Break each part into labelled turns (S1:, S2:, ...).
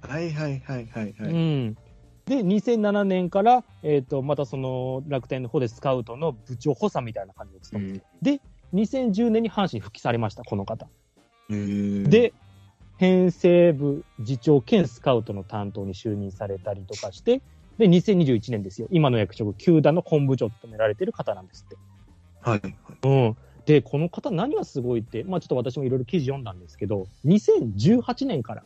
S1: はいはいはいはいは
S2: う
S1: い。
S2: ん、で2007年から、えー、とまたその楽天の方でスカウトの部長補佐みたいな感じで
S1: う
S2: 務め
S1: ん
S2: 2010年に阪神復帰されましたこの方
S1: へー
S2: で編成部次長兼スカウトの担当に就任されたりとかしてで2021年ですよ今の役職球団の本部長を務められてる方なんですって
S1: はいはい。
S2: で、この方何がすごいって、まあちょっと私もいろいろ記事読んだんですけど、2018年から、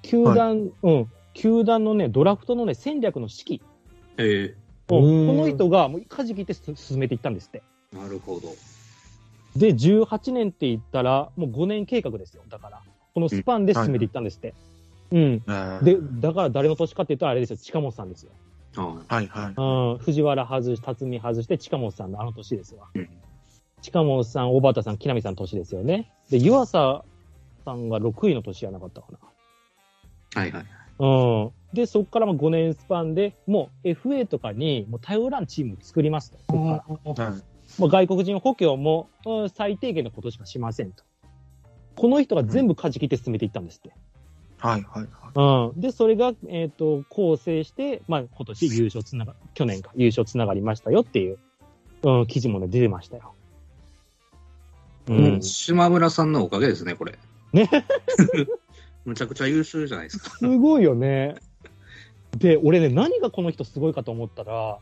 S2: 球団、うん、球団のね、ドラフトのね、戦略の指揮
S3: え
S2: を、
S1: う
S2: こ
S1: ーん
S2: の人がもう舵切ってす進めていったんですって。
S3: えなるほど。
S2: で、18年って言ったら、もう5年計画ですよ。だから、このスパンで進めていったんですって。うん。
S1: あー
S2: で、だから誰の年かって言ったらあれですよ、近本さんですよ。
S3: は
S1: はいはい。
S2: うん、藤原外し、辰巳外して、近本さんのあの年ですわ。
S3: い。うん
S2: 近本さん、小畑さん、木南さんの年ですよね。で、湯浅さんが6位の年じゃなかったかな。
S3: はいはい。
S2: うん。で、そこからまあ5年スパンで、もう FA とかにもう頼らんチームを作りますと。そこから
S1: はい
S2: もう外国人補強も、うん最低限のことしかしませんと。この人が全部舵切って進めていったんですって。
S1: はいはいはい。
S2: うん。で、それが、えっ、と、構成して、まあ、今年優勝つなが、去年か、優勝つながりましたよっていう、うん、記事もね、出てましたよ。
S3: うん、島村さんのおかげですね、これ。
S2: ね
S3: むちゃくちゃ優秀じゃないですか。。
S2: すごいよね。で、俺ね、何がこの人すごいかと思ったら、
S1: は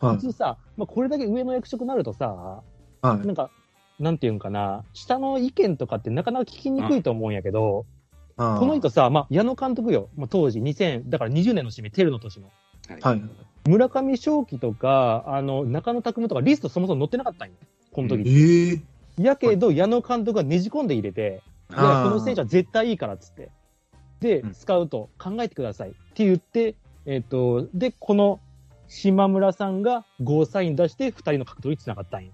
S2: 普通さ、まあ、これだけ上の役職になるとさ、
S1: い。
S2: なんか、なんていうんかな、下の意見とかってなかなか聞きにくいと思うんやけど、
S1: こ
S2: この人さ、まあ、矢野監督よ、まあ、当時2000、だから20年の締め、テルの年の。
S1: はいい。
S2: 村上正輝とか、あの、中野拓夢とか、リストそもそも載ってなかったんよ、この時。
S1: ええ。
S2: やけど、矢野監督がねじ込んで入れて、い
S1: あ
S2: や
S1: ー
S2: この選手は絶対いいからっつって、で
S1: う、ん
S2: スカウト、考えてくださいって言って、えっとで、この島村さんがゴーサイン出して、2人の格闘につながったんよ。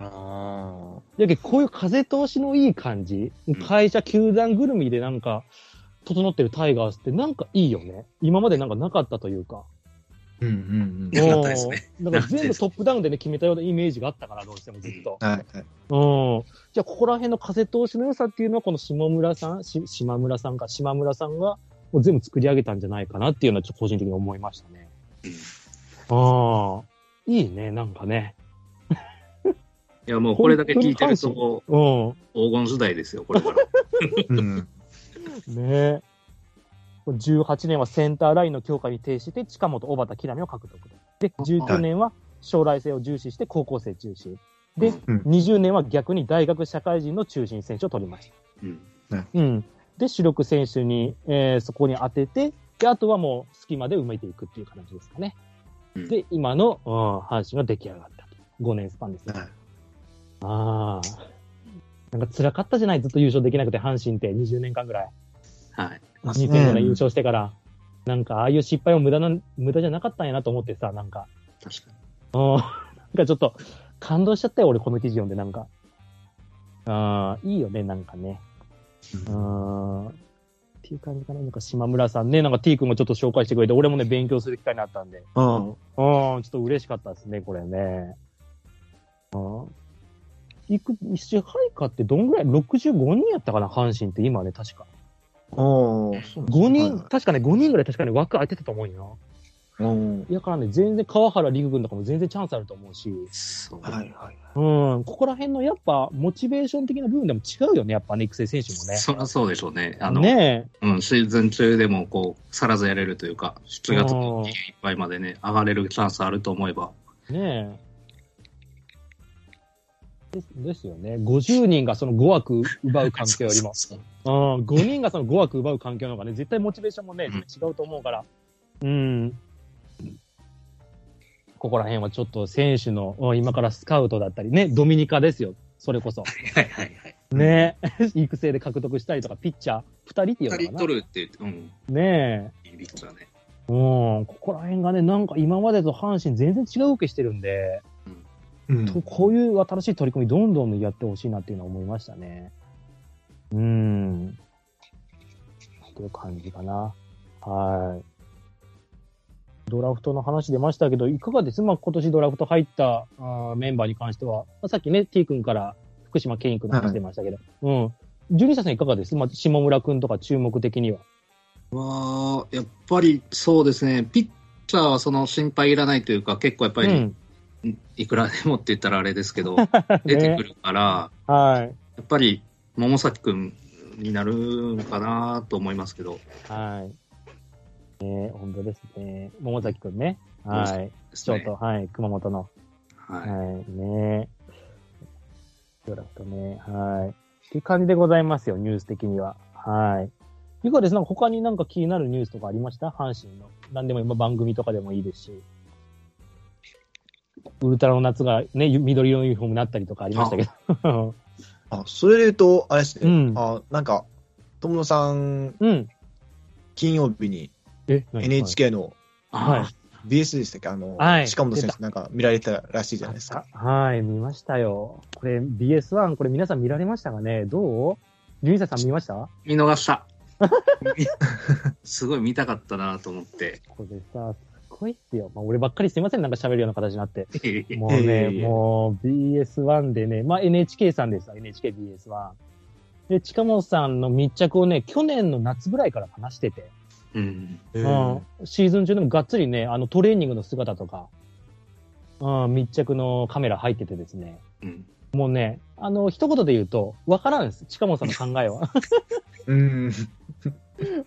S1: あ
S2: やけこういう風通しのいい感じ、
S3: ん
S2: 会社、球団ぐるみでなんか、整ってるタイガースってなんかいいよね。今までなんかなかったというか。
S1: ーうんうんうん。
S3: なかったですね
S2: うんなんか全部トップダウンでね、決めたようなイメージがあったから、どうしてもずっと。
S1: はいはい。
S2: うん。じゃあ、ここら辺の風通しの良さっていうのは、この下村さん、し島村さんか、島村さんが、もう全部作り上げたんじゃないかなっていうのは、ちょっと個人的に思いましたね。
S3: うんい
S2: ああ。いいね、なんかね。
S3: や、もうこれだけ聞いてる
S2: 本
S3: と、
S2: うん。
S3: 黄金時代ですよ、これから。
S1: うん。
S2: ねえ。18年はセンターラインの強化に徹して、近本、小畑、木浪を獲得。で、19年は将来性を重視して、高校生中心。で、
S1: うん
S2: 20年は逆に大学社会人の中心選手を取りました。
S3: うん。
S2: うん、で主力選手に、えーそこに当ててで、あとはもう隙間で埋めていくっていう形ですかね。
S3: うん
S2: で、今の、うん、阪神が出来上がったと。5年スパンですね。
S1: はい
S2: ああ。なんか辛かったじゃないずっと優勝できなくて、阪神って20年間ぐらい。
S3: はい。
S1: まあ
S2: 2000年優勝してから。なんか、ああいう失敗は無駄な、無駄じゃなかったんやなと思ってさ、なんか。
S3: 確かに。
S2: うん。 なんかちょっと、感動しちゃったよ、俺、この記事読んで、なんか。ああ、いいよね、なんかね。うーんっていう感じかな。なんか島村さんね、なんか T 君がちょっと紹介してくれて、俺もね、勉強する機会になったんで、うん、ち
S1: うん。
S2: ょっと嬉しかったですね、これね。うん。いく、支配下ってどんぐらい ?65 人やったかな、阪神って今ね、確か。
S1: おーそうなんですね
S2: 5人、
S1: はいはい
S2: 確かね、5人ぐらい確かね、枠空いてたと思うよ
S1: うん
S2: な。だからね、全然川原陸軍とかも全然チャンスあると思うし、うん、
S3: そう。
S1: はいはい。
S2: ここら辺のやっぱ、モチベーション的な部分でも違うよね、やっぱね、育成選手もね。
S3: そりゃそうでしょうね。あの、
S2: ねえ
S3: うん、シーズン中でも、こう、さらずやれるというか、7月の期限いっぱいまでね、上がれるチャンスあると思えば。、
S2: ねえ。ですですよね。50人がその5枠奪う環境よりも
S3: そう
S2: うん、5人がその5枠奪う環境の方がね、絶対モチベーションもね、
S3: うん
S2: 違うと思うから、うん。ここら辺はちょっと選手の、うん今からスカウトだったり、ね、ドミニカですよ、それこそ。
S3: はいはいはい。
S2: ね 育成で獲得したりとか、ピッチャー2人っていう
S3: 二
S2: の
S3: 人
S2: かな。
S3: 取るって言って、うん、
S2: ね
S3: いいピッチャーね。
S2: え。うん、ここら辺がね、なんか今までと阪神全然違う受けしてるんで、
S1: うん
S2: とこういう新しい取り組み、どんどんやってほしいなっていうのは思いましたね。うーん。という感じかな。はい。ドラフトの話出ましたけど、いかがですまあ、今年ドラフト入ったあーメンバーに関しては、まあ、さっきね、T 君から福島健一君の話出ましたけど、うん。ジュニシャさんいかがですまあ、下村君とか注目的には。
S3: わあ、やっぱりそうですね、ピッチャーはその心配いらないというか、結構やっぱ
S2: う
S3: り、
S2: ん。
S3: いくらでもって言ったらあれですけ ど、出てくるから、
S2: はい。
S3: やっぱり桃崎君になるのかなと思いますけど、
S2: はい。ねえ、本当ですね。桃崎くんね。はい。
S3: です
S2: 京
S3: ね
S2: 都、はい。熊本の。
S3: は
S2: はいい。ねえ。ドラフトね。はい。っていう感じでございますよ、ニュース的には。はい。ゆかです。なんか他になんか気になるニュースとかありました阪神の。何でも今番組とかでもいいですし。ウルトラの夏がね、ゆ緑色のユニフォームになったりとかありましたけ ど。
S1: あ、それで言うと、あれですね。
S2: うん
S1: あ、なんか、友野さん、
S2: うん。
S1: 金曜日に
S2: え、何
S1: NHK の
S2: はい。
S1: BS でしたっけあの、
S2: はい
S1: 近本選
S2: 出
S1: 手なんか見られてたらしいじゃないですか。
S2: はい、見ましたよ。これ BS1、これ皆さん見られましたかねどうリュウサさん見ました
S3: 見逃 した。すごい見たかったなと 思って。
S2: これさ、すごいっすよ。まあ、俺ばっかりすいません、なんか喋るような形になって。もう
S1: いえい
S2: ね、
S1: えいえ
S2: もう BS1 でね、まあ NHK さんですわ、NHKBS1。で、近本さんの密着をね、去年の夏ぐらいから話してて、
S3: うん、
S1: う
S2: うん、シーズン中でもがっつりね、あのトレーニングの姿とか、うん、密着のカメラ入っててですね、
S3: うん、
S2: もうね、あの、一言で言うと、わからんです、近本さんの考えは。
S1: うん。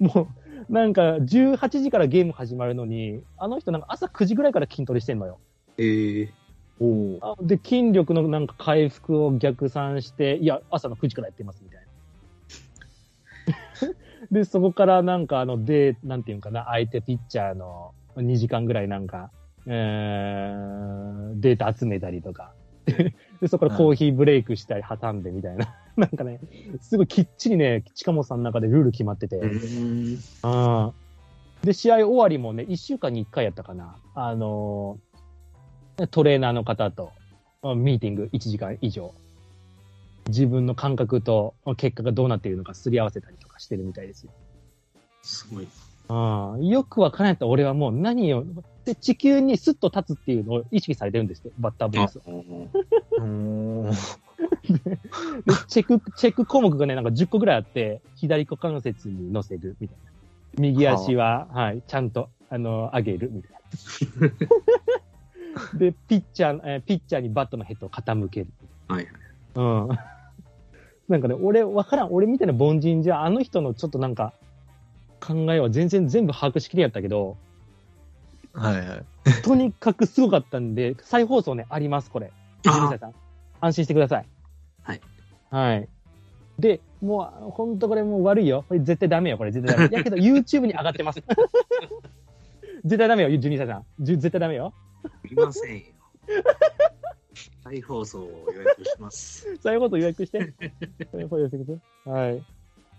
S2: もう、なんか、18時からゲーム始まるのに、あの人なんか朝9時ぐらいから筋トレしてんのよ。
S3: えー、
S1: おお。
S2: あで、筋力のなんか回復を逆算して、いや、朝の9時からやってますみ たいな。で、そこからなんかあの、で、なんていうんかな、相手ピッチャーの2時間ぐらいなんか、えー、データ集めたりとか。 で、そこからコーヒーブレイクしたり挟んでみたいな。 なんかね、すごいきっちりね、近本さんの中でルール決まってて。
S3: うん、
S2: うんで、試合終わりもね、1週間に1回やったかな。あのートレーナーの方と、あミーティング1時間以上。自分の感覚と結果がどうなっているのかすり合わせたりとかしてるみたいですよ。
S3: すごい。
S2: うんよくわからないと俺はもう何を、で、地球にスッと立つっていうのを意識されてるんですって、バッターボッ
S3: あ
S2: クスを。
S1: うん
S2: でチェック、チェック項目がね、なんか10個ぐらいあって、左股関節に乗せるみたいな。右足は、はい、ちゃんと、あの、上げるみたいな。 で、ピッチャー、えーピッチャーにバットのヘッドを傾ける。
S3: はい。
S2: うん。 なんかね、俺、わからん。俺みたいな凡人じゃ、あの人のちょっとなんか、考えは全然全部把握しきれやったけど、
S1: はいはい。
S2: とにかくすごかったんで、再放送ね、あります、これ。
S3: あ
S2: 藤井さん、安心してください。
S3: はい。
S2: はい。で、もう、ほんとこれもう悪いよ。これ絶対ダメよ、これ絶対ダ メ。やけど、YouTube に上がってます。 絶対ダメよ、ジュニサさん。じゅ絶対ダメよ。
S3: 見ませんよ。再放送を予約します。
S2: 再放送予約して。再放送予約して。はい。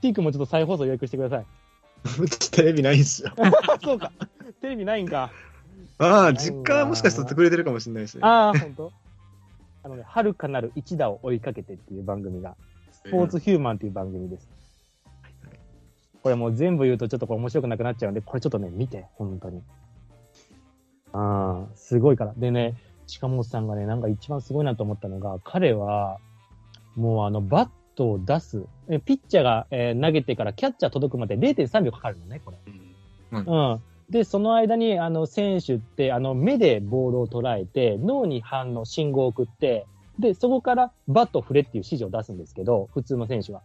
S2: ティークもちょっと再放送予約してください。
S1: うち テレビないんですよ。
S2: あ、そうか。テレビないんか。
S1: ああ、実家はもしかしたら撮ってくれてるかもしれないですね。
S2: ああ、ほんと。あのね、遥かなる一打を追いかけてっていう番組が、スポーツヒューマンっていう番組です。これもう全部言うとちょっとこれ面白くなくなっちゃうんで、これちょっとね、見て、本当に。ああ、すごいから。でね、近本さんがね、なんか一番すごいなと思ったのが、彼は、もうあの、バットを出す。えピッチャーが、えー投げてからキャッチャー届くまで0.3秒かかるのね、これ。
S3: うん
S2: うん。で、その間に、あの、選手って、あの、目でボールを捉えて、脳に反応、信号を送って、で、そこからバットを振れっていう指示を出すんですけど、普通の選手は。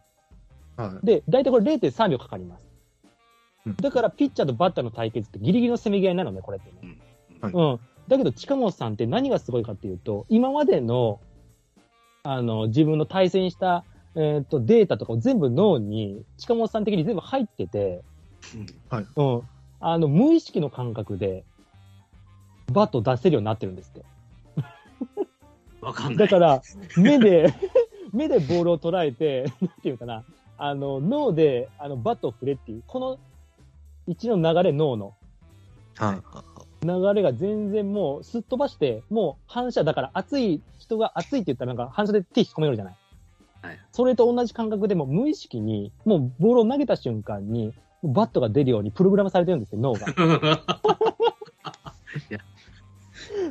S1: はい
S2: で、大体これ0.3秒かかります
S1: うん。
S2: だから、ピッチャーとバッターの対決ってギリギリのせめぎ合いなのね、これってね。
S1: はい
S2: うん。だけど、近本さんって何がすごいかっていうと、今までの、あの、自分の対戦した、えっ、と、データとかを全部脳に、近本さん的に全部入ってて、
S3: うん
S2: うん。あの、無意識の感覚で、バット出せるようになってるんですって。
S3: わかんな
S2: だ
S3: い。
S2: から、目で、 目でボールを捉えて、なんていうかな、あの、脳で、あの、バットを振れっていう、この一の流れ、脳の
S1: はい。
S2: 流れが全然もう、すっ飛ばして、もう反射、だから熱い、人が熱いって言ったらなんか反射で手引っ込めるじゃない。
S3: はい
S2: それと同じ感覚でもう無意識に、もうボールを投げた瞬間に、バットが出るようにプログラムされてるんですよ、 脳が。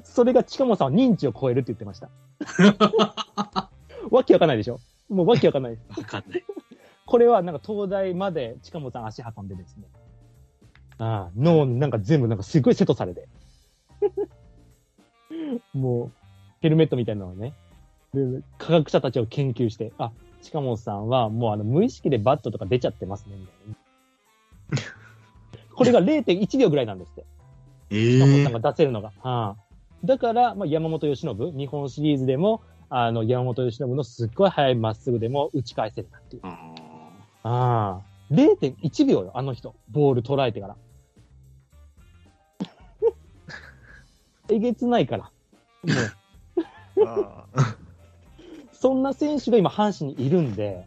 S2: それが近本さんは認知を超えるって言ってました。 わけわかんないでしょもうわけわかんないです。
S3: わかんない。
S2: これはなんか東大まで近本さん足運んでですね、ああ、脳、なんか全部なんかすごいセットされて。もう、ヘルメットみたいなのをね。で、科学者たちを研究して、あ、近本さんはもうあの無意識でバットとか出ちゃってますね、みたいな。これが0.1秒ぐらいなんですって。
S1: え
S2: 近本さん
S1: え。
S2: が出せるのが。ああだから、まあ、山本由伸、日本シリーズでも、あの、山本由伸のすっごい速いまっすぐでも打ち返せるなっていう。
S3: あ
S2: ああ。0.1秒よ、あの人。ボール捉えてから。 えげつないから。
S1: ああ
S2: そんな選手が今、阪神にいるんで、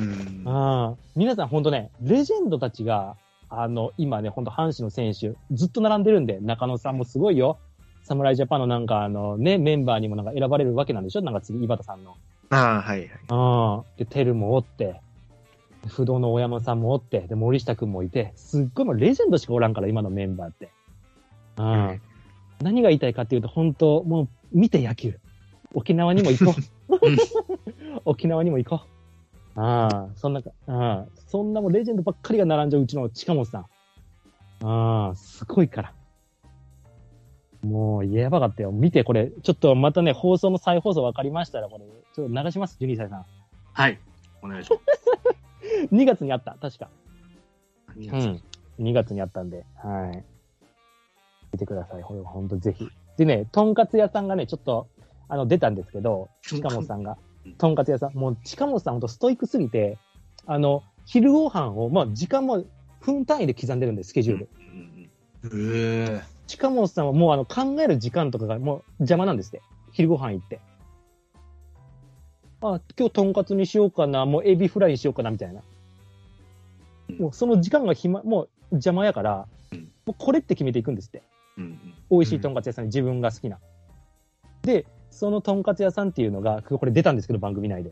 S1: うん。
S2: ああ皆さん本当ね、レジェンドたちが、あの、今ね、本当阪神の選手、ずっと並んでるんで、中野さんもすごいよ。侍ジャパンのなんか、あのね、メンバーにもなんか選ばれるわけなんでしょなんか次、井端さんの。
S1: ああ、はいはい。
S2: ああ、で、テルもおって、不動の大山さんもおって、で、森下くんもいて、すっごいもうレジェンドしかおらんから、今のメンバーって。ああ、
S1: うん
S2: 何が言いたいかっていうと、本当もう、見て野球。沖縄にも行こ
S3: うん
S2: う。 沖縄にも行こう。ああ、そんなか、ああ、そんなもうレジェンドばっかりが並んじゃううちの近本さん。ああ、すごいから。もう、やばかったよ。見て、これ、ちょっとまたね、放送の再放送分かりましたら、これ、ちょっと流します、ジュニーサイさん。
S3: はい。お願いしま
S2: 2月にあった、確か。
S3: す。いいや
S2: う
S3: つ
S2: ん。2月にあったんで、はい。見てください。ほほんとぜひ。でね、とんかつ屋さんがね、ちょっと、あの、出たんですけど、近本さんが
S3: うん。
S2: とんかつ屋さん。もう、近本さんほんとストイックすぎて、あの、昼ご飯を、まあ、時間も分単位で刻んでるんで、スケジュール。
S3: うん
S1: え
S2: 近本さんはもう、あの、考える時間とかがもう邪魔なんですって。昼ご飯行って。あ、今日とんかつにしようかな、もうエビフライにしようかな、みたいな。もうその時間が暇、もう邪魔やから、
S3: うん
S2: もうこれって決めていくんですって。
S3: うんうん
S2: 美味しいとんかつ屋さんに自分が好きな。で、そのとんかつ屋さんっていうのが、これ出たんですけど、番組内で。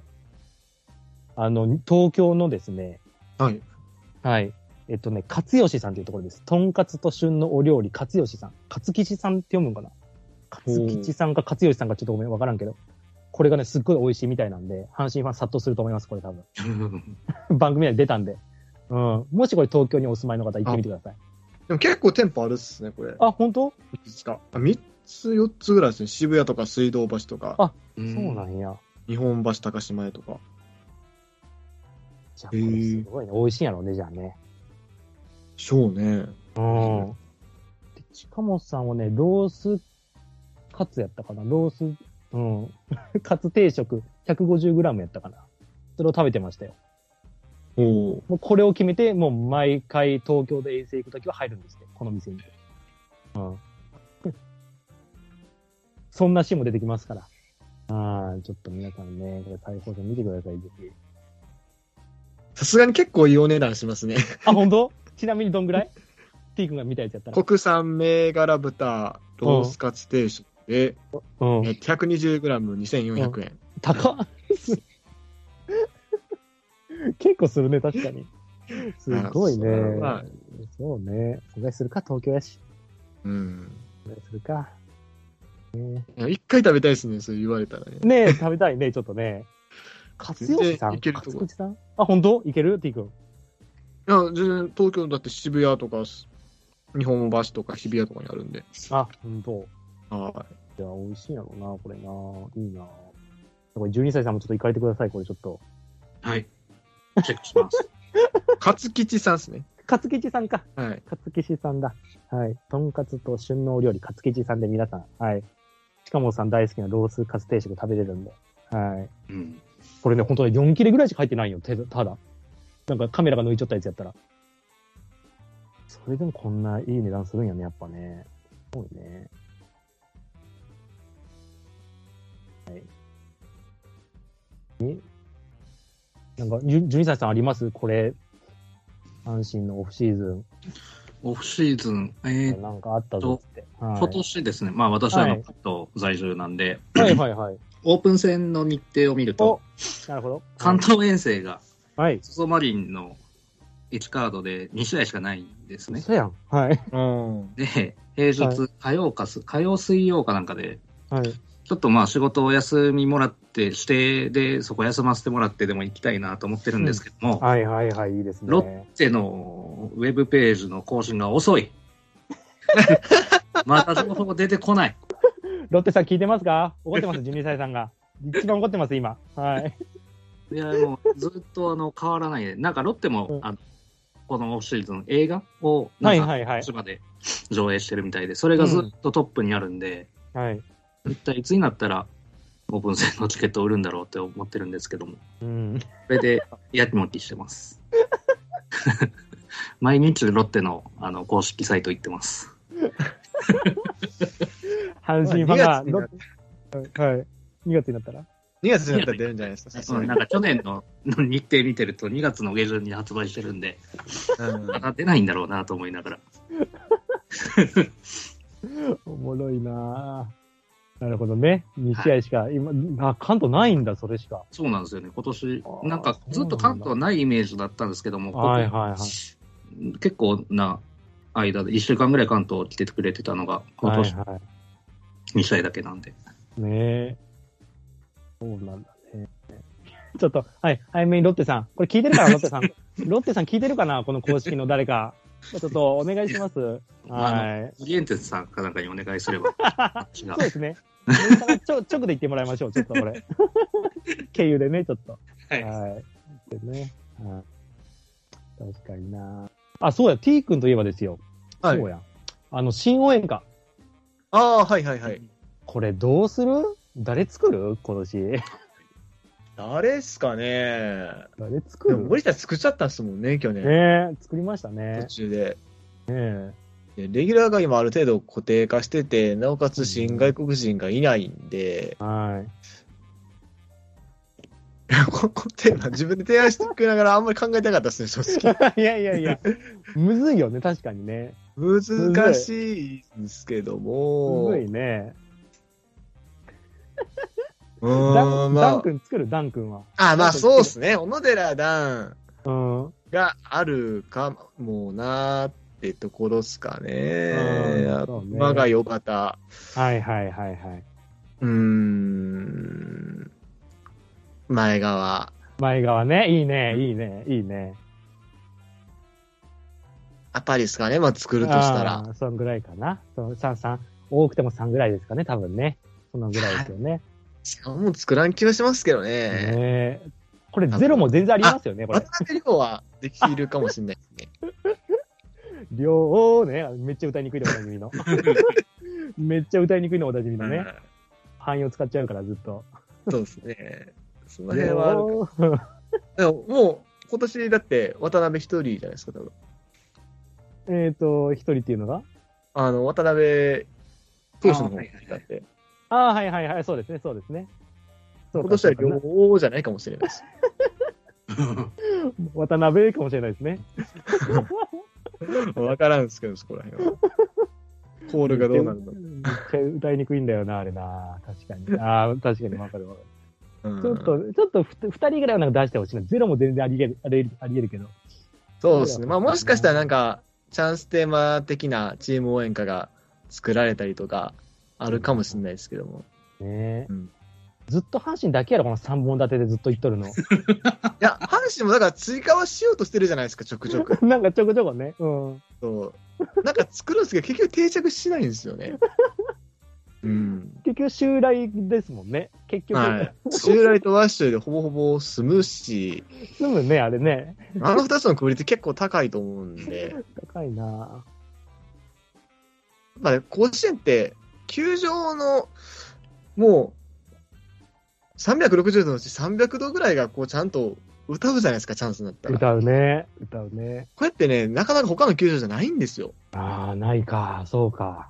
S2: あの、東京のですね、
S1: え。はい。
S2: はい。えっとね、勝吉さんというところです。とんかつと旬のお料理、勝吉さん。勝吉さんって読むんかな勝吉さんか勝吉さんかちょっとごめん、わからんけど。これがね、すっごい美味しいみたいなんで、阪神ファン殺到すると思います、これ多分。
S3: うん。
S2: 番組内で出たんで。うん。もしこれ東京にお住まいの方行ってみてください。
S1: でも結構店舗あるっすね、これ。
S2: あ、本当？
S1: いくつか。あ3つ、4つぐらいですね。渋谷とか水道橋と
S2: あ
S1: か、
S2: そうなんんや。
S1: 日本橋高島屋とか。
S2: じゃあ、これすごいね。美味しいんやろうね、じゃあね。
S1: そうね。
S2: うん。で、近本さんはね、ロースカツやったかな。ロース、うん。カツ定食 150g やったかな。それを食べてましたよ。
S1: おお。
S2: もうこれを決めて、もう毎回東京で遠征行くときは入るんですって、この店に。うん。 そんなシーンも出てきますから。ああ、ちょっと皆さんね、これ再放送見てください、ぜひ。
S1: さすがに結構いいお値段しますね。
S2: あ、本当？ ちなみにどんぐらい ?T 君が見たやつやったら。
S1: 国産銘柄豚ロースカツ定食で、
S2: うん
S1: え。120g2400 円。
S2: 高っ結構するね、確かに。すごいね
S1: あそれ。は
S2: そうね。それするか、東京やし。
S1: うん。
S2: それするか。
S1: いや一回食べたいですね、そう言われたらね。
S2: ねえ、食べたいね、ちょっとね。勝吉さん
S1: 全然いけるとこ
S2: 勝吉さんあ、本当？いける ?T 君。
S1: いや、全然東京だって渋谷とか、日本橋とか日比谷とかにあるんで。
S2: あ、本当。
S1: はい
S2: や、美味しいやろうな、これな。いいな。これ12歳さんもちょっと行かれてください、これちょっと。
S3: はい。チェックします。
S1: い。勝吉さんですね。
S2: 勝吉さんか。
S1: はい。
S2: 勝吉さんだ。はい。とんかつと旬のお料理、勝吉さんで皆さん。はい。近本さん大好きなロースカツ定食食べれるんで。はい。
S3: うん。
S2: これね、本当に4切れぐらいしか入ってないよ、手ただ。なんかカメラが抜いちゃったやつやったら。それでもこんないい値段するんやね、やっぱね。すごいね。はい。えなんか、じゅジュニサイさんありますこれ、阪神のオフシーズン。
S3: オフシーズン、えー
S2: なんかあったぞって。はい
S3: 今年ですね、まあ私はあ
S2: は
S3: の
S2: い
S3: 関東在住なんで、
S2: はいはいはい。
S3: オープン戦の日程を見ると
S2: お、なるほど。
S3: 関東遠征が、
S2: はい。
S3: ソソマリンの1カードで2試合しかないんですね。
S2: そうやん。はい。
S1: うん。
S3: で、平日、
S2: は
S3: 火曜かす、火曜水曜かなんかで、
S2: はい。
S3: ちょっとまあ仕事お休みもらって、指定でそこ休ませてもらってでも行きたいなと思ってるんですけども、
S2: はいはいはい、いいですね。
S3: ロッテののウェブページの更新が遅い。 また情報出てこない。
S2: ロッテさん聞いてますか怒ってます、ジュニサイさんが。一番怒ってます、今。 はい。
S3: いや、もうずっとあの変わらないで、なんかロッテも、
S2: うん
S3: あのこのオフシーズン、映画を
S2: は
S3: ないんか
S2: はいはい。
S3: 千葉で上映してるみたいで、それがずっとトップにあるんで、
S2: はい。
S3: 一体いつになったらオープン戦のチケットを売るんだろうって思ってるんですけども、
S2: うん。
S3: それでやきもきしてます。 毎日ロッテのあの公式サイト行ってます。
S2: 阪神ファンが、
S1: 2月にな
S2: ロッテはい。2月になったら
S1: 2月になったら出るんじゃないですか、さす
S3: う
S1: が
S3: ん
S1: に
S3: なんか去年のの日程見てると2月の下旬に発売してるんで、
S1: うん
S3: また出ないんだろうなと思いながら。
S2: おもろいなぁ。なるほどね。2試合しか、今、あ、関東ないんだ、それしか。
S3: そうなんですよね、今年
S2: あ、ー
S3: なんかずっと関東はないイメージだったんですけども、ここ
S2: はいはいはい。
S3: 結構な間で、1週間ぐらい関東来てくれてたのが、今
S2: はい
S3: 年
S2: は
S3: 2試合だけなんで、
S2: い。ねえ。そうなんだね。ちょっと、はい、早めにロッテさん。これ聞いてるかな、ロッテ さん。ロッテさん聞いてるかな、この公式の誰か。ちょっとお願いします。はい。
S3: リエンテスさんかなんかにお願いすれば、違
S2: そうで
S3: う。
S2: す ね。ちょ直で言ってもらいましょう、ちょっとこれ。経由でね、ちょっと。
S3: はい
S2: はい。でね。はい確かになあ、そうや、T 君といえばですよ。
S1: はい
S2: そうや。あの、新応援歌。
S1: ああ、はいはいはい。
S2: これどうする誰作る今年。
S1: 誰っすかね。
S2: 誰作
S1: で
S2: る
S1: も森田作っちゃったんですもんね、去年。
S2: ねえ、作りました
S1: 途
S2: ね。
S1: 中で。
S2: ね
S1: でレギュラーが今ある程度固定化してて、なおかつ新外国人がいないんで、
S2: え。はい。
S1: ここっていうのは自分で提案してくれながらあんまり考えてなかったですね、正 直。
S2: いやいやいや、むずいよね、確かにね。
S1: 難しいんですけども。
S2: むずいね。
S1: う
S2: ダ
S1: ーん、
S2: ン
S1: ま
S2: ダン
S1: あ。
S2: 君作る、ダン君は。
S1: あ、まあそうですね。小野寺段
S2: うん。
S1: があるかもなーってところっすかね
S2: うん。そうね
S1: 馬が良かった。
S2: はいはいはいはい。
S1: うーん。前川。
S2: 前川ね、いいね、いいね、いいね。
S1: あたりですかね、まあ作るとしたら
S2: あ。ーそんぐらいかな。その三三多くても3ぐらいですかね、多分ね。そのぐらいですよね。
S1: しかももう作らん気はしますけどね。
S2: ねえこれゼロも全然ありますよね、これ
S1: 渡。辺亮はできるかもしれないですね。
S2: 両ね、めっちゃ歌いにくいでおなじみ の。めっちゃ歌いにくいのおなじみのね。汎用使っちゃうからずっと。
S1: そうですね。その辺はある
S2: 両
S1: でももう今年だって渡辺一人じゃないですか、多分。
S2: 方えっと、一人っていうのが
S1: あの、渡辺投手の方
S3: あーはいはい
S1: だって。
S2: ああ、はいはいはい、そうですね、そうですね。そう
S1: 今
S2: か
S1: 年は
S2: そうか
S1: 両方じゃないかもしれないです。
S2: 渡辺かもしれないですね。
S1: わからんですけど、そこら 辺は。コールがどうなるのか。
S2: めっちゃ歌いにくいんだよな、あれな。確かに。ああ、確かにわかるわかる。
S1: うん
S2: ちょっと、ちょっとふた二人ぐらいはなんか出してほしいな。ゼロも全然ありえる、ありえる、ありえるけど。
S1: そうですね。まあもしかしたらなんか、チャンステーマ的なチーム応援歌が作られたりとか、あるかもしれないですけども。
S2: ねえ、
S1: うん
S2: ずっと阪神だけやろ、この三本立てでずっと言っ とるの。
S1: いや、阪神もだから追加はしようとしてるじゃないですか、ちょくちょく。
S2: なんかちょこちょこね。うん。
S1: そうなんか作るんですけど、結局定着しないんですよね。 うん。
S2: 結局、襲来ですもんね。結局、
S1: はい。従来とワッシュでほぼほぼスムーシー。
S2: 済むね、あれね。
S1: あの二つのクオリティ結構高いと思うんで。
S2: 高いな
S1: まあね、甲子園って、球場の、もう、360度のうち300度ぐらいが、こう、ちゃんと歌うじゃないですか、チャンスになったら。こ
S2: 歌うね。歌うね。
S1: うやってね、なかなか他の球場じゃないんですよ。
S2: ああ、ないか。そうか。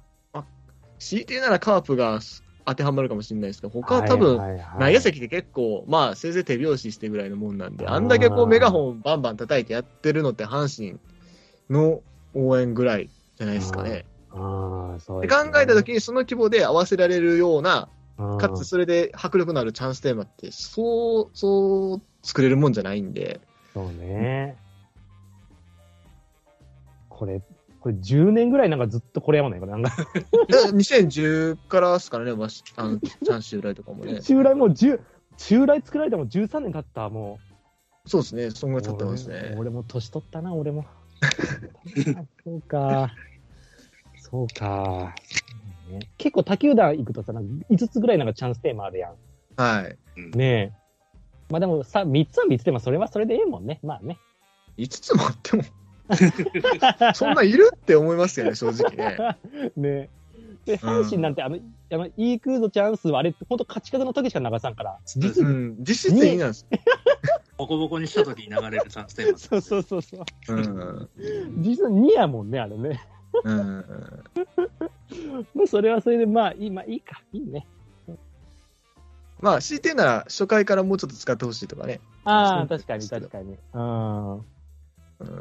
S1: 強いて言うならカープが当てはまるかもしれないですけど、他は多分、
S2: いは
S1: 内野席って結構、まあ、せいぜい手拍子してぐらいのもんなんで、あんだけこ
S2: あ
S1: う
S2: ー
S1: メガホンバンバン叩いてやってるのって阪神の応援ぐらいじゃないですかね。
S2: ああ、そう
S1: で
S2: で
S1: 考
S2: すね
S1: えたときにその規模で合わせられるような、
S2: うん
S1: かつそれで迫力のあるチャンステーマって、そう、そう作れるもんじゃないんで、
S2: そうね。これ、これ10年ぐらいなんかずっとこれやもんね。これなんか、
S1: だから2010からですからね、わしあのチャンス襲来とかもね。
S2: 襲来もう10、襲来作られても13年経った、もう。
S1: そうですね、そんぐらい経ってますね
S2: 俺。俺も年取ったな、俺も。そうか。そうか。ね結構他球団行くとさ、なんか5つぐらいなんかチャンステーマあるや
S1: はい。
S2: ん。ねえ。まあでもさ、3つは3つでもそれはそれでええもんね。まあね。
S1: 5つもあっても、 そんないるって思いますよね、正直ね。
S2: ねで、阪神なんて、あの、あの、イークーのチャンスは、あれ、本当勝ち方の時しか流さんから。実
S1: う
S2: に。
S1: ん、実質的なんです。
S3: ボコボコにした時に流れるチャンステーマ。
S2: そうそうそうそう。
S1: うん。
S2: 実に2やもんね、あれね。
S1: うん。
S2: まあ、それはそれで、まあ、いい、まあ、いいか。いいね。
S1: まあ、強いて言うなら、初回からもうちょっと使ってほしいとかね。
S2: ああ、
S1: そう
S2: 確かに、確かに。うん。
S1: うん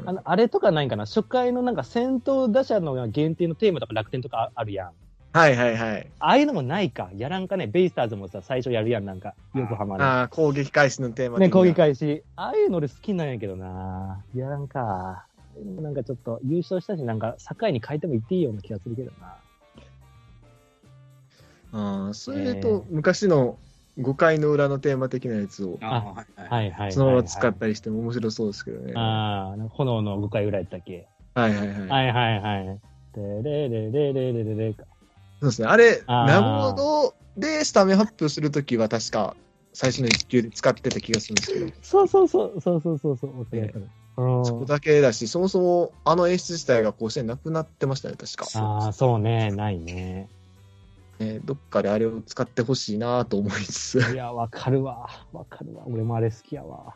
S2: あの、あれとかないんかな初回のなんか先頭打者の限定のテーマとか楽天とかあるやん。あ
S1: はいはいはい。
S2: あいうのもないか。やらんかね。ベイスターズもさ、最初やるやん、なんか。横浜の。
S1: ああ、攻撃開始のテーマ
S2: ね、
S1: 的な
S2: 攻撃。開始。ああいうの俺好きなんやけどな。やらんか。なんかちょっと優勝したし、なんか境に変えてもいっていいような気がするけどな。
S1: ああ、それと、昔の5回の裏のテーマ的なやつを、
S3: ああ、はいは
S2: は
S3: い。
S2: いはいはい、はい。
S1: そのまま使ったりしても面白そうですけどね。は
S2: ああ、なんか炎の5回ぐらいやったっけ。
S1: いはいはい。
S2: はいはいはい。でれれれれれれれか。
S1: そうですね。あれ、
S2: あー
S1: ラボドでスタメン発表するときは確か、最初の1球で使ってた気がするんですけど、
S2: そうそうそう、そうそうそうそう、お手がかる。うん
S1: そこだけだし、そもそもあの演出自体が甲子園なくなってましたね、確か。
S2: ああ、そうね、ないね。
S1: ね、どっかであれを使ってほしいなと思いつつ、
S2: いや、わかるわ。わかるわ。俺もあれ好きやわ。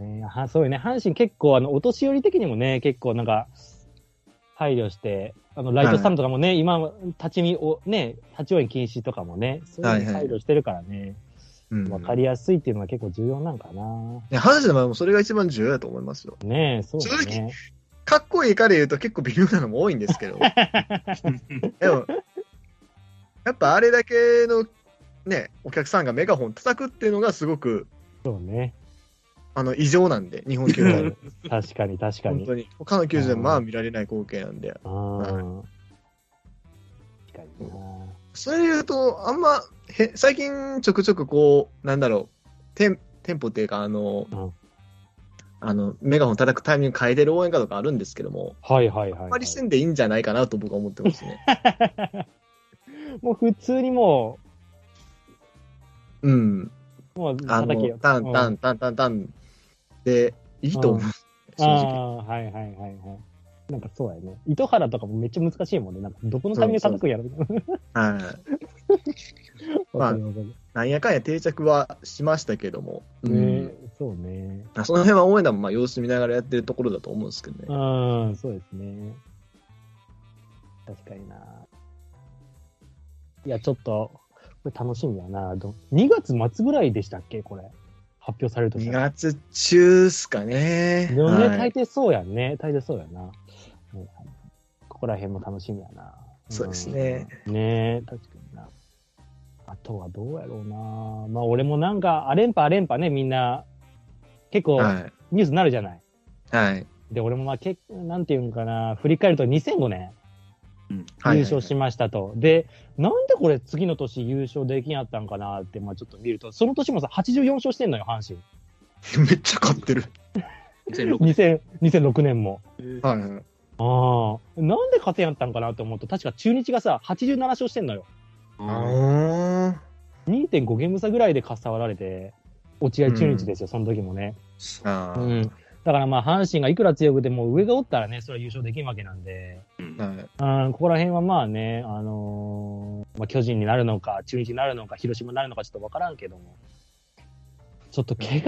S1: うん
S2: ね、はそうよね。阪神結構、あの、お年寄り的にもね、結構なんか、配慮して、あの、ライトスタンドとかもね、今、立ち見を、ね、立ち応援禁止とかもね、そういうの
S1: はいは
S2: 配
S1: い
S2: 慮してるからね、
S1: うん
S2: わ、かりやすいっていうのは結構重要なんかな。
S1: ね、話の前もそれが一番重要だと思いますよ。
S2: ねえ、そうだね。
S1: かっこいいから言うと結構微妙なのも多いんです けど、でも、やっぱあれだけのね、お客さんがメガホン叩くっていうのがすごく、
S2: そうね。
S1: あの、異常なんで、日本球界の
S2: 確かに、確か
S1: 本
S2: に。
S1: 当に。他の球場でまあ見られない光景なんで。
S2: あー確かにな。
S1: それで言うと、あんま、へ最近ちょくちょくこう、なんだろう、テンテンポっていうか、あの、
S2: うん
S1: あの、メガホン叩くタイミング変えてる応援歌とかあるんですけども、
S2: はいはいはい、はい。
S1: あまりせんでいいんじゃないかなと僕は思ってます ね。
S2: もう普通にも
S1: うん。
S2: う、もう
S1: あ
S2: 叩けよ
S1: の、。タンタンタンタンタンで、いいと思う。 正直。
S2: ああー、はいはいはいはい。なんかそうやね。糸原とかもめっちゃ難しいもんね。なんかどこのタイミングで叩くんやろみたいな。
S1: はい。まあ
S2: わかるわかる
S1: なんやかんや定着はしましたけども、うん
S2: ねそうね。
S1: あその辺は応援団もまあ様子見ながらやってるところだと思うんですけどね。
S2: うん、そうですね。確かにな。いや、ちょっと、これ楽しみやな。ど2月末ぐらいでしたっけこれ。発表されるとし
S1: 2
S2: たら。
S1: 月中っすかね。
S2: でもね、
S1: はい
S2: 大抵そうやんね。大抵そうやな。はいはいここら辺も楽しみやな。
S1: そうですね
S2: うん。ねえ確かにな。あとはどうやろうな。まあ俺もなんか、あれんぱあれんぱね、みんな、結構
S1: はい。
S2: ニュースになるじゃない。
S1: はい。
S2: で、俺もまあ結構、なんていうんかな、振り返ると2005年
S1: はい
S2: 優勝しましたと。で、なんでこれ次の年優勝できんやったんかなって、まあちょっと見ると、その年もさ、84勝してんのよ、阪神。
S1: めっちゃ勝ってる。
S3: 2006
S2: 2000 2006年も。
S1: はいはい。
S2: ああ、なんで勝てんやったんかなと思うと、確か中日がさ、87勝してんのよ。
S1: あ
S2: 2.5ゲーム差ぐらいでかっさわられて、落合中日ですよ、その時もね。
S1: ーあ
S2: う
S1: ー。
S2: ん。だからまあ、阪神がいくら強くても、上がおったらね、それは優勝できんわけなんで、
S1: はい。
S2: うん、ここら辺はまあね、あのーまあ、巨人になるのか、中日になるのか、広島になるのか、ちょっとわからんけども。ちょっと怪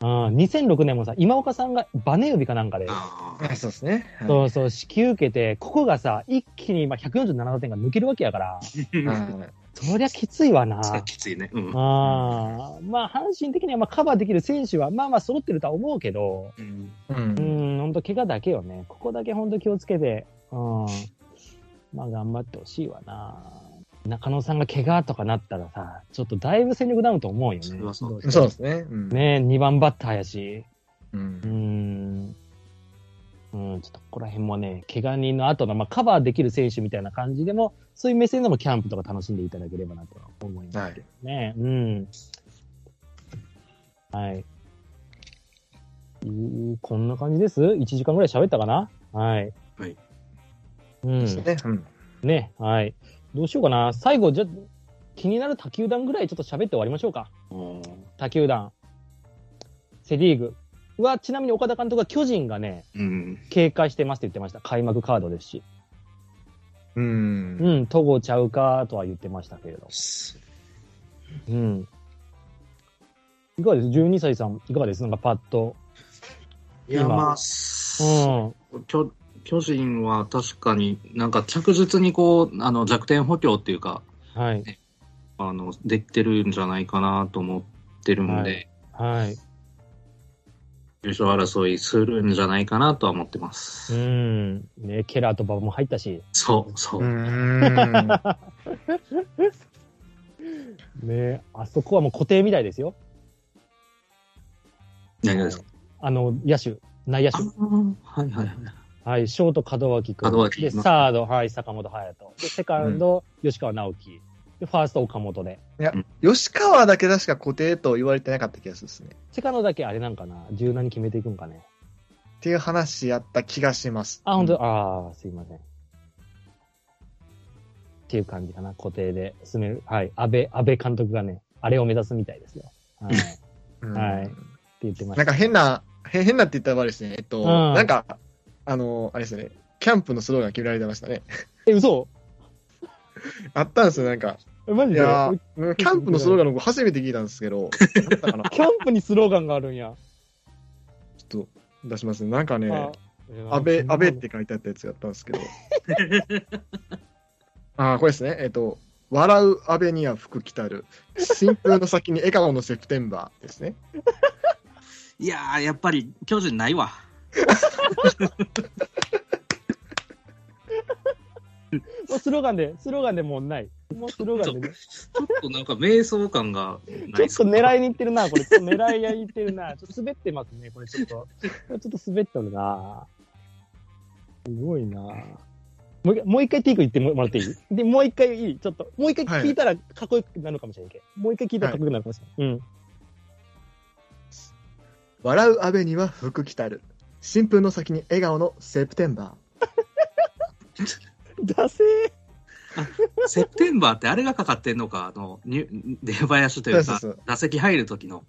S2: 我、うん、2006年もさ、今岡さんがバネ指かなんかで、
S3: あ
S1: あそうですね。はい
S2: そうそう、支給受けて、ここがさ、一気に今147打点が抜けるわけやから、
S3: あ。
S1: はい
S2: そりゃきついわな。
S3: きついね。うん。
S2: ああ、まあ、阪神的にはまあカバーできる選手は、まあまあ揃ってるとは思うけど、
S3: うん
S1: うん
S2: う。ん、本当怪我だけよね。ここだけ本当気をつけて、うん。まあ、頑張ってほしいわな。中野さんが怪我とかなったらさ、ちょっとだいぶ戦力ダウンと思うよね。
S3: それはそう
S2: どして
S1: そう
S2: も
S1: ですね。うん。
S2: ね2番バッターやし。
S1: うん
S2: うーん。うん、ちょっとここら辺もね、怪我人の後の、まあ、カバーできる選手みたいな感じでも、そういう目線でもキャンプとか楽しんでいただければなと思います。
S1: はい。
S2: ね、うん。はい。いいこんな感じです ?1 時間ぐらい喋ったかなはい。
S3: はい。
S2: うん。
S1: ね。うん。
S2: ね、はい。どうしようかな。最後、じゃ、気になる他球団ぐらいちょっと喋って終わりましょうか。
S3: おー
S2: 他球団。セリーグは、ちなみに岡田監督は巨人がね、
S3: うん。
S2: 警戒してますって言ってました。開幕カードですし。
S1: う。
S2: うんん、戸郷ちゃうかとは言ってましたけれど。うん。いかがです ?12 歳さん、いかがですなんかパッと。
S3: いや、
S2: 今
S3: まあ、
S2: うん。
S3: 巨巨人は確かになんか着実にこうあの弱点補強っていうか
S2: はい。
S3: あのできてるんじゃないかなと思ってるんで、
S2: はいはい。
S3: 優勝争いするんじゃないかなとは思ってます。
S2: うん。ね、ケラーとババも入ったし。
S3: そうそう、
S1: う ん。
S2: ね、あそこはもう固定みたいですよ。
S3: 何がですか
S2: あの、野手、内野
S3: あ
S2: 手。
S3: ーはいはいはい。
S2: はい、ショート門脇君。
S3: 門脇
S2: で、
S3: まあ
S2: サード、はい、坂本隼人。で、セカンド、吉川直樹。で、ファースト、岡本で。
S1: 吉川だけ確か固定と言われてなかった気がするですね。
S2: セカンドだけあれなんかな柔軟に決めていくんかね。
S1: っていう話やった気がします。
S2: あ、本当、ああ、すいません。っていう感じかな、固定で進める。はい、安倍、安倍監督がね、あれを目指すみたいですよ。はい、って
S1: うん
S2: はい言ってまし
S1: な
S2: た。
S1: んか変な、へ変なって言ったら悪いですね。えっと、
S2: ん
S1: なんか、あの、あれですね、キャンプのスローガン決められてましたね。
S2: え、嘘
S1: あったんですよ、なんか。
S2: えマジ
S1: い
S2: で
S1: やー、うんキャンプのスローガンの僕初めて聞いたんですけ ど、なんだったかな
S2: キャンプにスローガンがあるんや。
S1: ちょっと出しますね。なんかね
S2: あ、
S1: 安倍、安倍っ。て書いてあったやつがあったんですけど。ああ、これですね。えっと、笑う安倍には服着たる。新風の先に笑顔のセプテンバーですね。
S3: いやーやっぱり巨人ないわ。
S2: もうスローガンで、スローガンでもうない。もうスローガンで、ね。
S3: ちょっとなんか迷走感がな
S2: ちょ
S3: い
S2: っと狙いに行ってるな、これ。ちょっと狙いに行ってるな。ちょっと滑ってますね、これちょっと。これちょっと滑ってるな。すごいな。もう一回、もう一回ティーク言ってもらっていいで、もう一回いいちょっと、もう一回聞いたらかっこよくなるかもしれないけど、もう一回聞いたらかっこよくなるかもしれない。うん。
S1: 笑う安倍には服着たる。新風の先に笑顔のセプテンバ
S2: ダセー
S3: セプテンバーってあれがかかってんのか、あの、にゅ出囃子と
S1: ー。
S3: い
S1: そううそうそ、
S3: か
S1: う。
S3: 打席入る時の。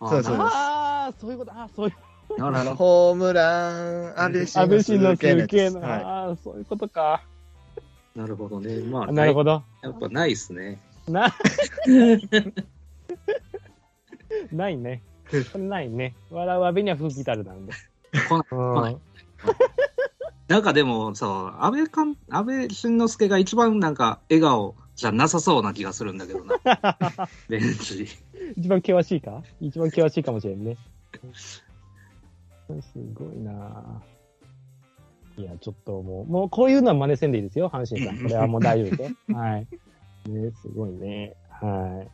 S3: あー
S1: そうそう
S2: あー、そういうこと、あー、そういう、
S3: な
S1: あ
S3: なる
S1: の、
S3: ほ
S1: ホームラン、安倍
S2: 安倍
S1: 晋
S2: 晋
S1: 之
S2: 之
S1: 助
S2: 助
S1: 系
S2: 系
S1: の
S2: の、
S1: やつ。は
S2: あー、そういうことか。
S3: ど。なるほどね。まあ、
S2: なる
S3: ない
S2: ほど。
S3: やっぱないですね。
S2: な、ないね。ないね。笑うわびには風紀たるなんで。
S3: こん
S2: うん。
S3: なんかでも、そう、安倍かん安倍晋之助が一番なんか笑顔じゃなさそうな気がするんだけどな。 ベンチ。
S2: 一番険しいか一番険しいかもしれんね。すごいなぁ。いや、ちょっともう、もうこういうのは真似せんでいいですよ、阪神さん。これはもう大丈夫ですよ。はい。ね、すごいね。は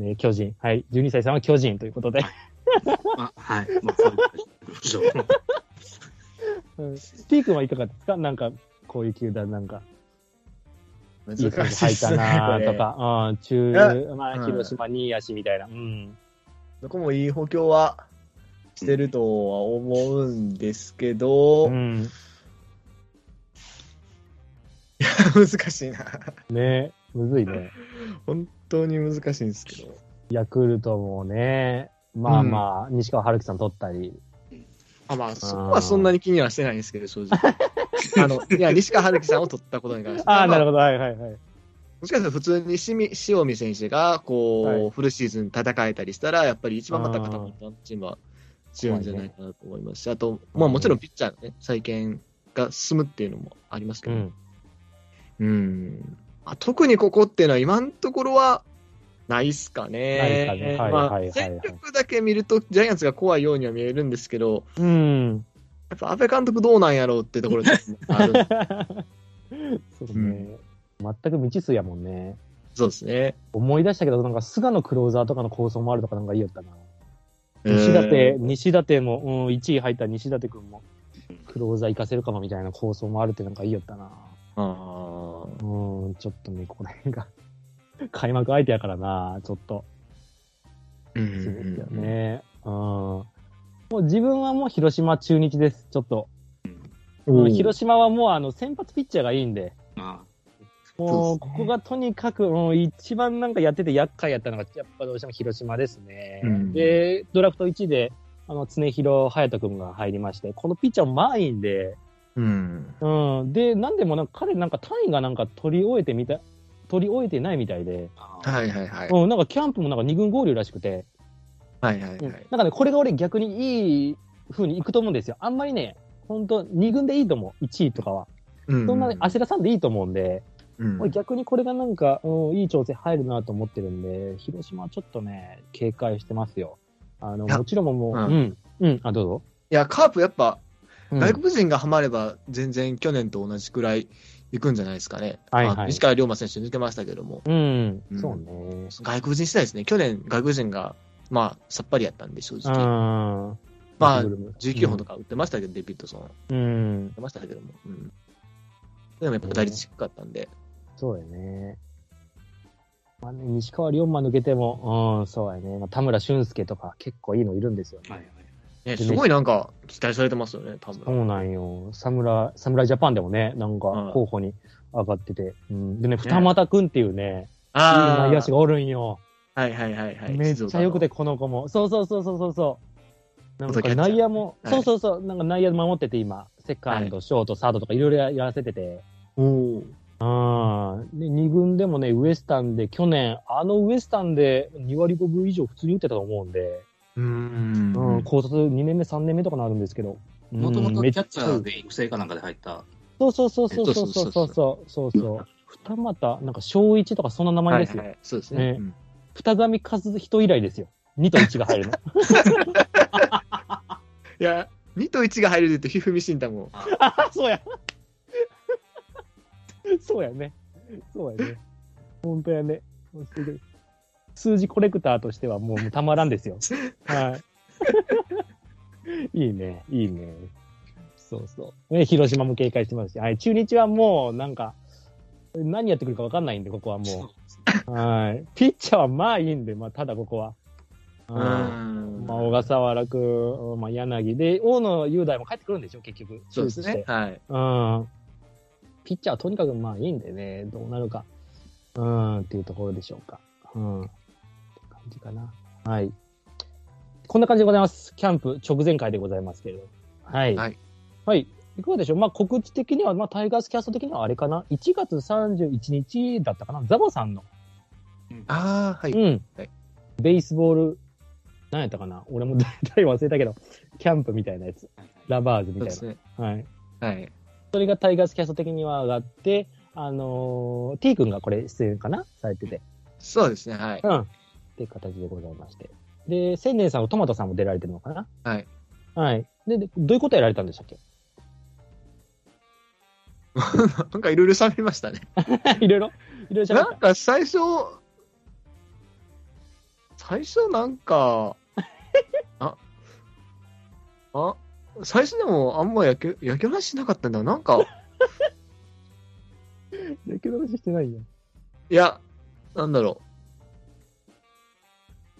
S2: い。ね、巨人。はい。12歳さんは巨人ということで。
S3: まあ、はい。まあ、そういうことでしょう。
S2: T 君はいかがですかなんか、こういう球団なんか、
S1: い。
S2: いい感じ入ったなぁとか、うん、中
S1: え、
S2: ま
S1: う
S2: あ、
S1: ん
S2: 広島、新谷氏みたいな。うん。
S1: どこもいい補強はしてるとは思うんですけど、
S2: うん。
S1: 難しいな。
S2: ねむずいね。
S1: 本当に難しいんですけど。
S2: ヤクルトもね、まあまあ、西川春樹さん取ったり、
S1: あまあ、そこはそんなに気にはしてないんですけど、正直。 あの、いや、西川春樹さんを取ったことに関して。
S2: ああ、なる
S1: ほど。
S2: ほど、はいはいはい。
S1: もしかしたら普通にしみ塩見選手が、こう、
S2: はい
S1: フルシーズン戦えたりしたら、やっぱり一番また固まったチームは強いんじゃないかなと思いますし、あと、まあもちろんピッチャーのね、再建が進むっていうのもありますけ
S2: う
S1: ど、
S2: ん。
S1: うんあ特にここっていうのは今のところはないっすかね。
S2: ないっすかねはい
S1: ま
S2: はいはいは
S1: あ
S2: い
S1: 戦力だけ見るとジャイアンツが怖いようには見えるんですけど、
S2: うん。
S1: やっぱ安倍監督どうなんやろうってところである
S2: そうね。全く未知数やもんね。
S1: そうですね。
S2: 思い出したけど、なんか菅野クローザーとかの構想もあるとかなんか言いよったな。西舘、西舘も、うん、1位入った西舘君も、クローザー行かせるかもみたいな構想もあるってなんか言いよったな。
S1: あー
S2: うん、ちょっとね、ここら辺が。 開幕相手やからな、ちょっと。
S1: うん
S2: そうですよね。うん。もう自分はもう広島中日です、ちょっと。うん広島はもうあの先発ピッチャーがいいんで、
S3: あ
S2: もう
S1: そう
S2: こ
S1: ですね
S2: こがとにかく、うん、一番なんかやってて厄介やったのが、やっぱどうしても広島ですね。
S1: うん
S2: で、ドラフト1位で、あの、常広隼人君が入りまして、このピッチャーもまあいいんで、
S1: うん。
S2: うん、で、なんでもなんか彼なんか単位がなんか取り終えてみた、取り終えてないみたいで、
S3: ああ
S1: はいはいはい。
S2: うん、なんかキャンプもなんか2軍合流らしくて、
S1: はいはい
S2: うん
S1: はい。
S2: なんかね、これが俺逆にいい風にいくと思うんですよ。あんまりね、本当2軍でいいと思う。1位とかは。
S1: うん
S2: そんなに焦らさんでいいと思うんで、
S1: うん
S2: 俺逆にこれがなんか、うん、いい調整入るなと思ってるんで、広島はちょっとね、警戒してますよ。あの、
S1: いや
S2: もちろんもう、
S1: う
S2: うんん、うん、あ、どうぞ。
S1: いや、カープやっぱ、
S2: うん
S1: 外国人がハマれば、全然去年と同じくらいいくんじゃないですかね。
S2: はいはい
S1: あの西川龍馬選手抜けましたけども、
S2: うん、
S1: うん
S2: そうね。
S1: 外国人次第ですね。去年、外国人が、まあ、さっぱりやったんで、正
S2: う
S1: 直。
S2: ん。
S1: まあ
S2: ド、ルム
S1: 19本とか打ってましたけど、デビッドソン。打っ
S2: うん、
S1: てましたけども。うん。でもやっぱ打率低かったんで。
S2: そうやね。まあね、西川龍馬抜けても、うん、そうやね。まあ、田村俊介とか結構いいのいるんですよね。
S3: はいはい
S1: ね、すごいなんか、期待されてますよね、多
S2: そう
S1: 分。
S2: なんよ。侍、侍ジャパンでもね、なん
S1: う
S2: か
S1: ん
S2: 候補に上がってて。うん、でね、二俣くんっていうね、いい
S1: あ
S2: 内野
S1: あ、
S2: 手がおるんよ。
S1: はいはいはいはい。
S2: めっちゃ良くて、この子も。そうそうそうそうそうそう。なん
S1: 元キャ
S2: か
S1: ッチャー
S2: 内野も、
S1: はい
S2: そうそうそう、なんか内野守ってて今、セカンド、ショート、サードとかいろいろやらせてて。
S1: おおー。
S2: うん。で、二軍でもね、ウエスタンで、去年、あのウエスタンで2割5分以上普通に打ってたと思うんで、
S1: うーん。
S2: うん、高卒2年目、3年目とかなるんですけど。
S3: もともと
S2: うん
S3: キ
S2: めっ
S3: ャ
S2: ちゃ
S3: ッチャーで育成かなんかで入った。
S2: そうそうそうそうそうそうそうそうそうそう。二股、なんか小一とかそんな名前ですよ。
S1: はいはい、そうですね。
S2: ね
S1: うん
S2: 二神和人以来ですよ。2と1が入るの。
S1: いや、2と1が入るで言うと、ひふみしんたも。
S2: あ、 そうや。そうやね。そうやね。本当やね。もうすごい数字コレクターとしてはもうもうたまらんですよ。はい。 いいね、いいね。そうそう。ね、広島も警戒してますし、はい、中日はもうなんか、何やってくるかわかんないんで、ここはもう
S3: そ。う
S2: はい。ピッチャーはまあいいんで、まあただここは。うん。まあ小笠原くん、うんまあ柳で、大野雄大も帰ってくるんでしょ、結局。
S1: そうですね。。はい。
S2: うん。ピッチャーはとにかくまあいいんでね、どうなるか。うん、っていうところでしょうか。うん。って感じかな。はい。こんな感じでございます。キャンプ直前回でございますけれど。はい。
S1: はい。
S2: はい。いかがでしょうまあ告知的には、まあタイガースキャスト的にはあれかな ?1 月31日だったかなザボさんの
S1: ああ、はい。
S2: うん。
S1: はい
S2: ベースボール、何やったかな俺も大体忘れたけど、キャンプみたいなやつ。ラバーズみ
S1: そうで
S2: たいな。
S1: すね。
S2: はい。
S1: はい。
S2: それがタイガースキャスト的には上がって、あのー、T 君がこれ出演かなされてて。
S1: そうですね。はい。
S2: うん。っていう形でございまして。で、千年さんとトマトさんも出られてるのかな
S1: はい。
S2: はい。で、でどういうことやられたんでしたっけ
S1: なんかいろいろ喋りましたね。
S2: いろいろいろいろ喋
S1: な
S2: っ
S1: んか最初、最初なん か、あ、あ、最初でもあんま野球、野球の話しなかったんだよ。なんか、
S2: た。野球の話してないよ。
S1: いや、なんだろう。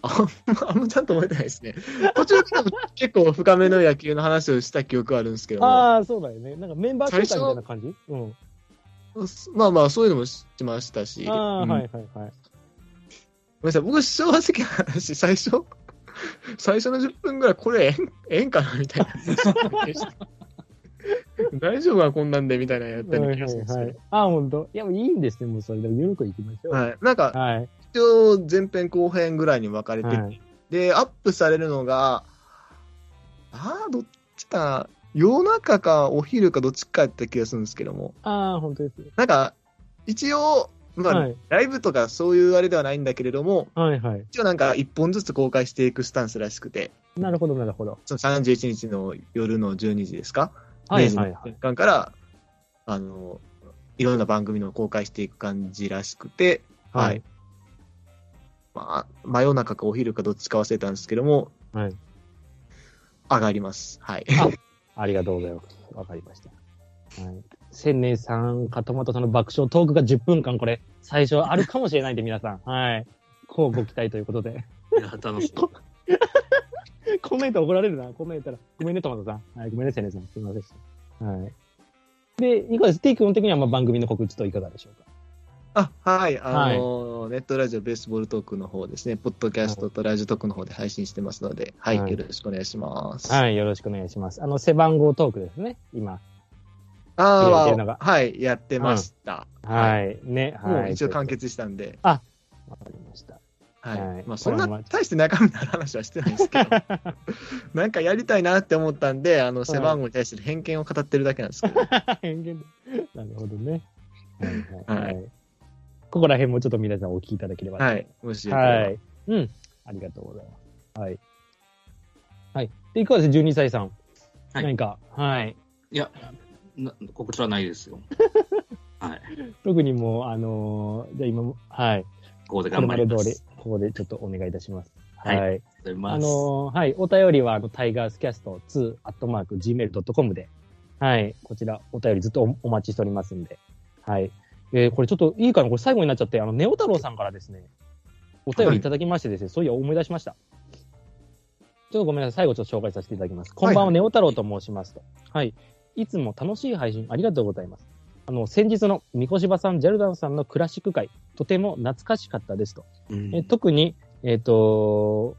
S1: あんま、あんまちゃんと覚えてないですね。途中からも結構深めの野球の話をした記憶はあるんですけども
S2: ああ、そうだよね。なんかメンバー紹介みたいな感じうん。
S1: まあまあ、そういうのもしましたし。
S2: ああ、
S1: うん
S2: はいはい
S1: ご
S2: はい。
S1: めんなさい、僕、正直な話、最初、最初の10分ぐらい、これえん、ええんかなみたいな。 大丈夫か、こんなんで、みたいなのやったような気がするんですけど。
S2: あ、本当。いや、もういいんですね。もうそれでも、ゆるくいきましょう。
S1: はい、なんか、
S2: はい。
S1: 一応、前編後編ぐらいに分かれて、
S2: はい。
S1: で、アップされるのが、ああ、どっちかな、夜中かお昼かどっちかやった気がするんですけども、
S2: ああ、本当です。
S1: なんか、一応、まあ、
S2: はい。
S1: ライブとかそういうあれではないんだけれども、
S2: はいはい。
S1: 一応なんか、一本ずつ公開していくスタンスらしくて、
S2: なるほど、なるほど。
S1: その31日の夜の12時ですか、
S2: はい
S1: 0時
S2: は
S1: の
S2: いは
S1: 瞬
S2: い。
S1: 間から、あの、いろんな番組の公開していく感じらしくて、はい。。まあ、真夜中かお昼かどっちか忘れたんですけども、
S2: はい。
S1: 上がります。はい。
S2: ありがとうございます。わかりました。はい。千年さんかトマトさんの爆笑トークが10分間これ、最初あるかもしれないんで皆さん。はい。こうご期待ということで。
S3: いや楽し い。
S2: ここんなん言ったら怒られるな。こんなん言ったら。ごめんね、トマトさん。はい、ごめんね、セネさん。すいませんでした。はい。で、いかがです ?T 君的にはまあ番組の告知といかがでしょうか
S1: あ、はい。あの、ネットラジオベースボールトークの方ですね、ポッドキャストとラジオトークの方で配信してますので、はい、
S2: はい
S1: よろしくお願いします。い。
S2: はい、よろしくお願いします。あの、背番号トークですね、今。やって
S1: あ
S2: るのが
S1: あ、はい、やってました。
S2: はい、ね、はい。
S1: もう一応完結したんで、
S2: わかりました。
S1: はい。
S2: はい
S1: まあ、そん
S2: これは
S1: な
S2: ま、
S1: 大して中身のある話はしてないですけ ど、なんかやりたいなって思ったんで、あの、背番号に対して偏見を語ってるだけなんですけど、
S2: 偏見でなるほどね。はい、
S1: はい
S2: はい。ここら辺もちょっと皆さんお聞きいただければ。
S1: はい。もしよければ
S2: はい。うん。ありがとうございます。はい。はい。で、いかがです ?12 歳さん。
S3: はい
S2: 何か、はい。
S3: いや、な告知はないですよ。はい。
S2: 特にもう、あのーじゃあ今も、はい。
S3: ここで
S2: これ
S3: 頑
S2: ま
S3: 張
S2: で
S3: り
S2: 通
S3: ます。
S2: り、ここでちょっとお願いいたします。
S3: はい
S2: はい
S3: ありがとうござ
S2: あ
S3: います。
S2: のーはい、お便りは、あの、タイガースキャスト2、アットマーク、gmail.com で、はい、こちら、お便りずっとおお待ちしておりますんで、はい。えーこれちょっといいかな、これ最後になっちゃって、あの、ネオ太郎さんからですね、お便りいただきましてですね、そういや、思い出しました。ちょっとごめんなさい、最後ちょっと紹介させていただきます。こんばんは、
S1: はい
S2: ネオ太郎と申しますと。はい。いつも楽しい配信ありがとうございます。あの、先日の三越場さん、ジャルダンさんのクラシック会、とても懐かしかったですと。
S3: うん
S2: え特に、えっ、と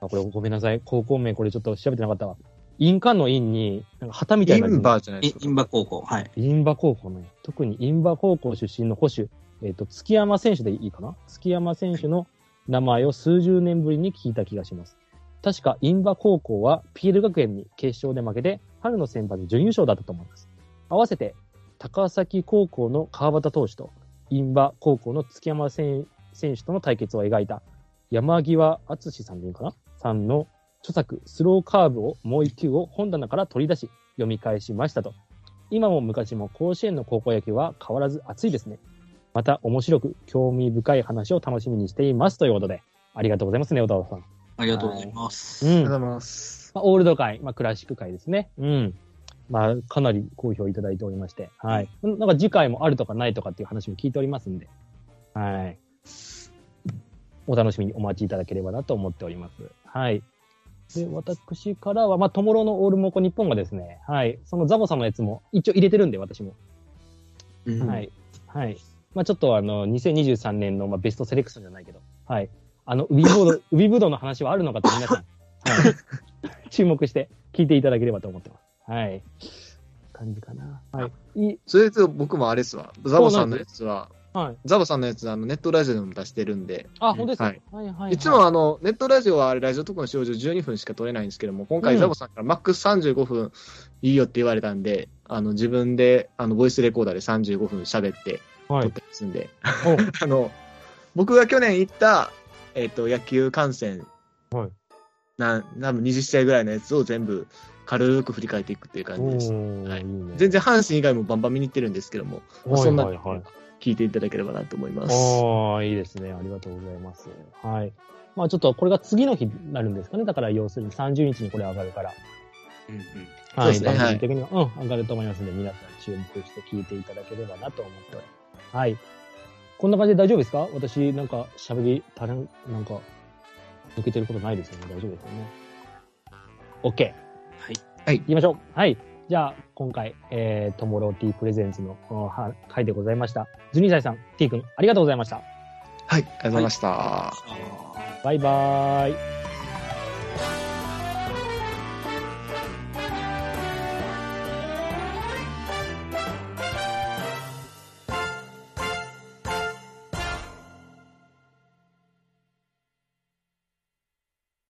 S2: あ、これごめんなさい、高校名これちょっと調べてなかったわ。印鑑の印に、なんか旗みたい
S1: イ
S2: なの
S1: ンバーじゃないで
S3: イ
S1: すか。
S3: インバ高校、はい。
S2: インバ高校ね。特にインバ高校出身の保守、えっ、と、月山選手でいいかな月山選手の名前を数十年ぶりに聞いた気がします。確か、インバ高校は PL 学園に決勝で負けて、春の選抜準優勝だったと思います。合わせて、高崎高校の川端投手と、インバ高校の月山選選手との対決を描いた、山際敦さんでいいかなさんの著作、スローカーブをもう一球を本棚から取り出し、読み返しましたと。今も昔も甲子園の高校野球は変わらず熱いですね。また面白く興味深い話を楽しみにしていますということで、ありがとうございますね、小田さん。
S3: ありがとうございます。
S2: うん
S1: ありがとうございます。
S2: まあ、オールド界、まあ、クラシック界ですね。うん。まあ、かなり好評いただいておりまして、はい。なんか次回もあるとかないとかっていう話も聞いておりますんで、はい。お楽しみにお待ちいただければなと思っております。はい。で、私からは、まあ、トモロのオールモコ日本がですね、はい。そのザボさんのやつも一応入れてるんで、私も。
S3: うん
S2: はい。はい。まあちょっとあの、2023年のまあベストセレクションじゃないけど、はい。あの、ウビ ボード、ウビブドウの話はあるのかと皆さん、はい。注目して聞いていただければと思ってます。はい。感じかな。はい。い
S1: それと僕もあれですわ、ザボさんのやつは、
S2: はい。
S1: ザボさんのやつはあのネットラジオでも出してるんで、
S2: あ、本当ですか、は
S1: はいい、
S2: はいはい
S1: いつもあの、ネットラジオはあれ、ラジオ特の少女12分しか撮れないんですけども、今
S2: う
S1: 回
S2: ん
S1: ザボさんからマックス35分いいよって言われたんで、あの、自分で、あの、ボイスレコーダーで35分喋って
S2: は
S1: 撮っ
S2: い。
S1: てますんで、
S2: お
S1: あの、僕が去年行った、えっ、と、野球観戦、
S2: はい
S1: なん、多分20試合ぐらいのやつを全部軽く振り返っていくっていう感じです。
S2: おー
S1: はい
S2: いね
S1: 全然阪神以外もバンバン見に行ってるんですけども、まあ
S2: はい
S1: そんな
S2: はいはい。
S1: 聞いていただければなと思います。
S2: ああ、いいですね。ありがとうございます。はい。まあちょっとこれが次の日になるんですかね。だから要するに30日にこれ上がるから。
S3: うんうん
S1: そう
S2: は
S1: で
S2: い、
S1: すね
S2: 番組的には、うん、上がると思いますので、皆さん注目して聞いていただければなと思っております。はい。こんな感じで大丈夫ですか私、なんか、喋り、足らん、なんか、抜けてることないですよね。大丈夫ですよね。OK。
S3: はい。
S1: はい
S2: 行きましょう。はい。じゃあ、今回、えー、トモロー T プレゼンツのおは回でございました。12歳さん、T 君、ありがとうございました。
S1: はい、ありがとうございました。
S3: あー
S2: バイバーイ。